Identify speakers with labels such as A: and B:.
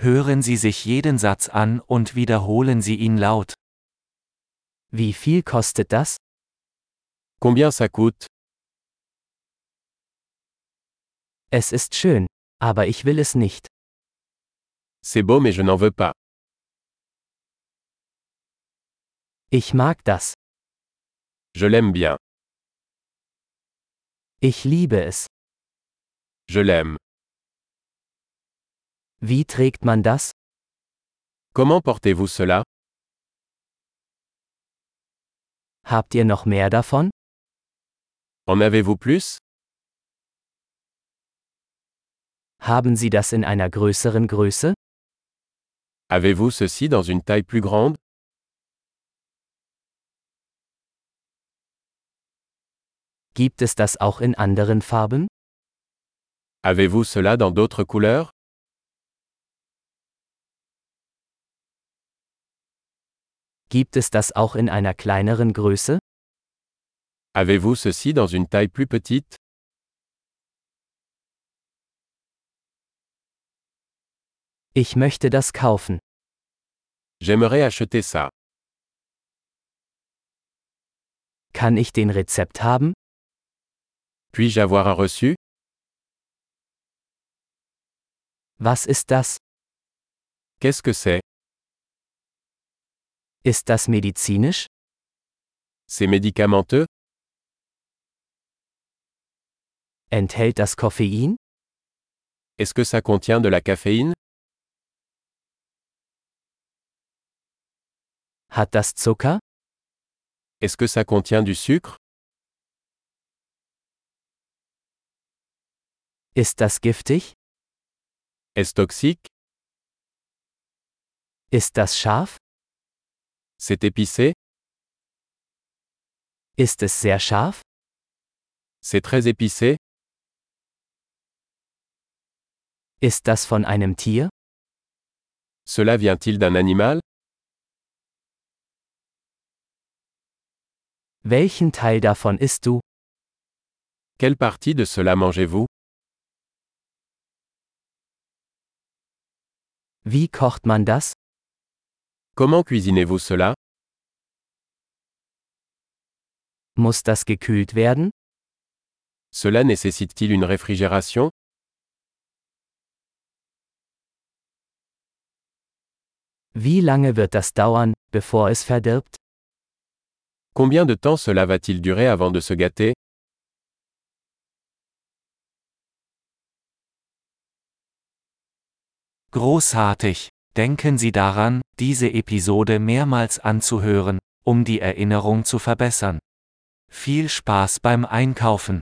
A: Hören Sie sich jeden Satz an und wiederholen Sie ihn laut.
B: Wie viel kostet das?
C: Combien ça coûte
B: Es ist schön, aber ich will es nicht.
C: C'est beau mais je n'en veux pas.
B: Ich mag das.
C: Je l'aime bien.
B: Ich liebe es.
C: Je l'aime.
B: Wie trägt man das?
C: Comment portez-vous cela
B: Habt ihr noch mehr davon?
C: En avez-vous plus
B: Haben Sie das in einer größeren Größe?
C: Avez-vous ceci dans une taille plus grande
B: Gibt es das auch in anderen Farben?
C: Avez-vous cela dans d'autres couleurs
B: Gibt es das auch in einer kleineren Größe?
C: Avez-vous ceci dans une taille plus petite
B: Ich möchte das kaufen.
C: J'aimerais acheter ça.
B: Kann ich den Rezept haben?
C: Puis-je avoir un reçu
B: Was ist das?
C: Qu'est-ce que c'est
B: Ist das medizinisch?
C: C'est médicamenteux
B: Enthält das Koffein?
C: Est-ce que ça contient de la caféine
B: Hat das Zucker?
C: Est-ce que ça contient du sucre
B: Ist das giftig?
C: Est-ce toxique
B: Ist das scharf?
C: C'est épicé
B: Ist es sehr scharf?
C: C'est très épicé
B: Ist das von einem Tier?
C: Cela vient-il d'un animal
B: Welchen Teil davon isst du?
C: Quelle partie de cela mangez-vous
B: Wie kocht man das?
C: Comment cuisinez-vous cela
B: Muss das gekühlt werden?
C: Cela nécessite-t-il une réfrigération
B: Wie lange wird das dauern, bevor es verdirbt?
C: Combien de temps cela va-t-il durer avant de se gâter
A: Großartig! Denken Sie daran, diese Episode mehrmals anzuhören, um die Erinnerung zu verbessern. Viel Spaß beim Einkaufen!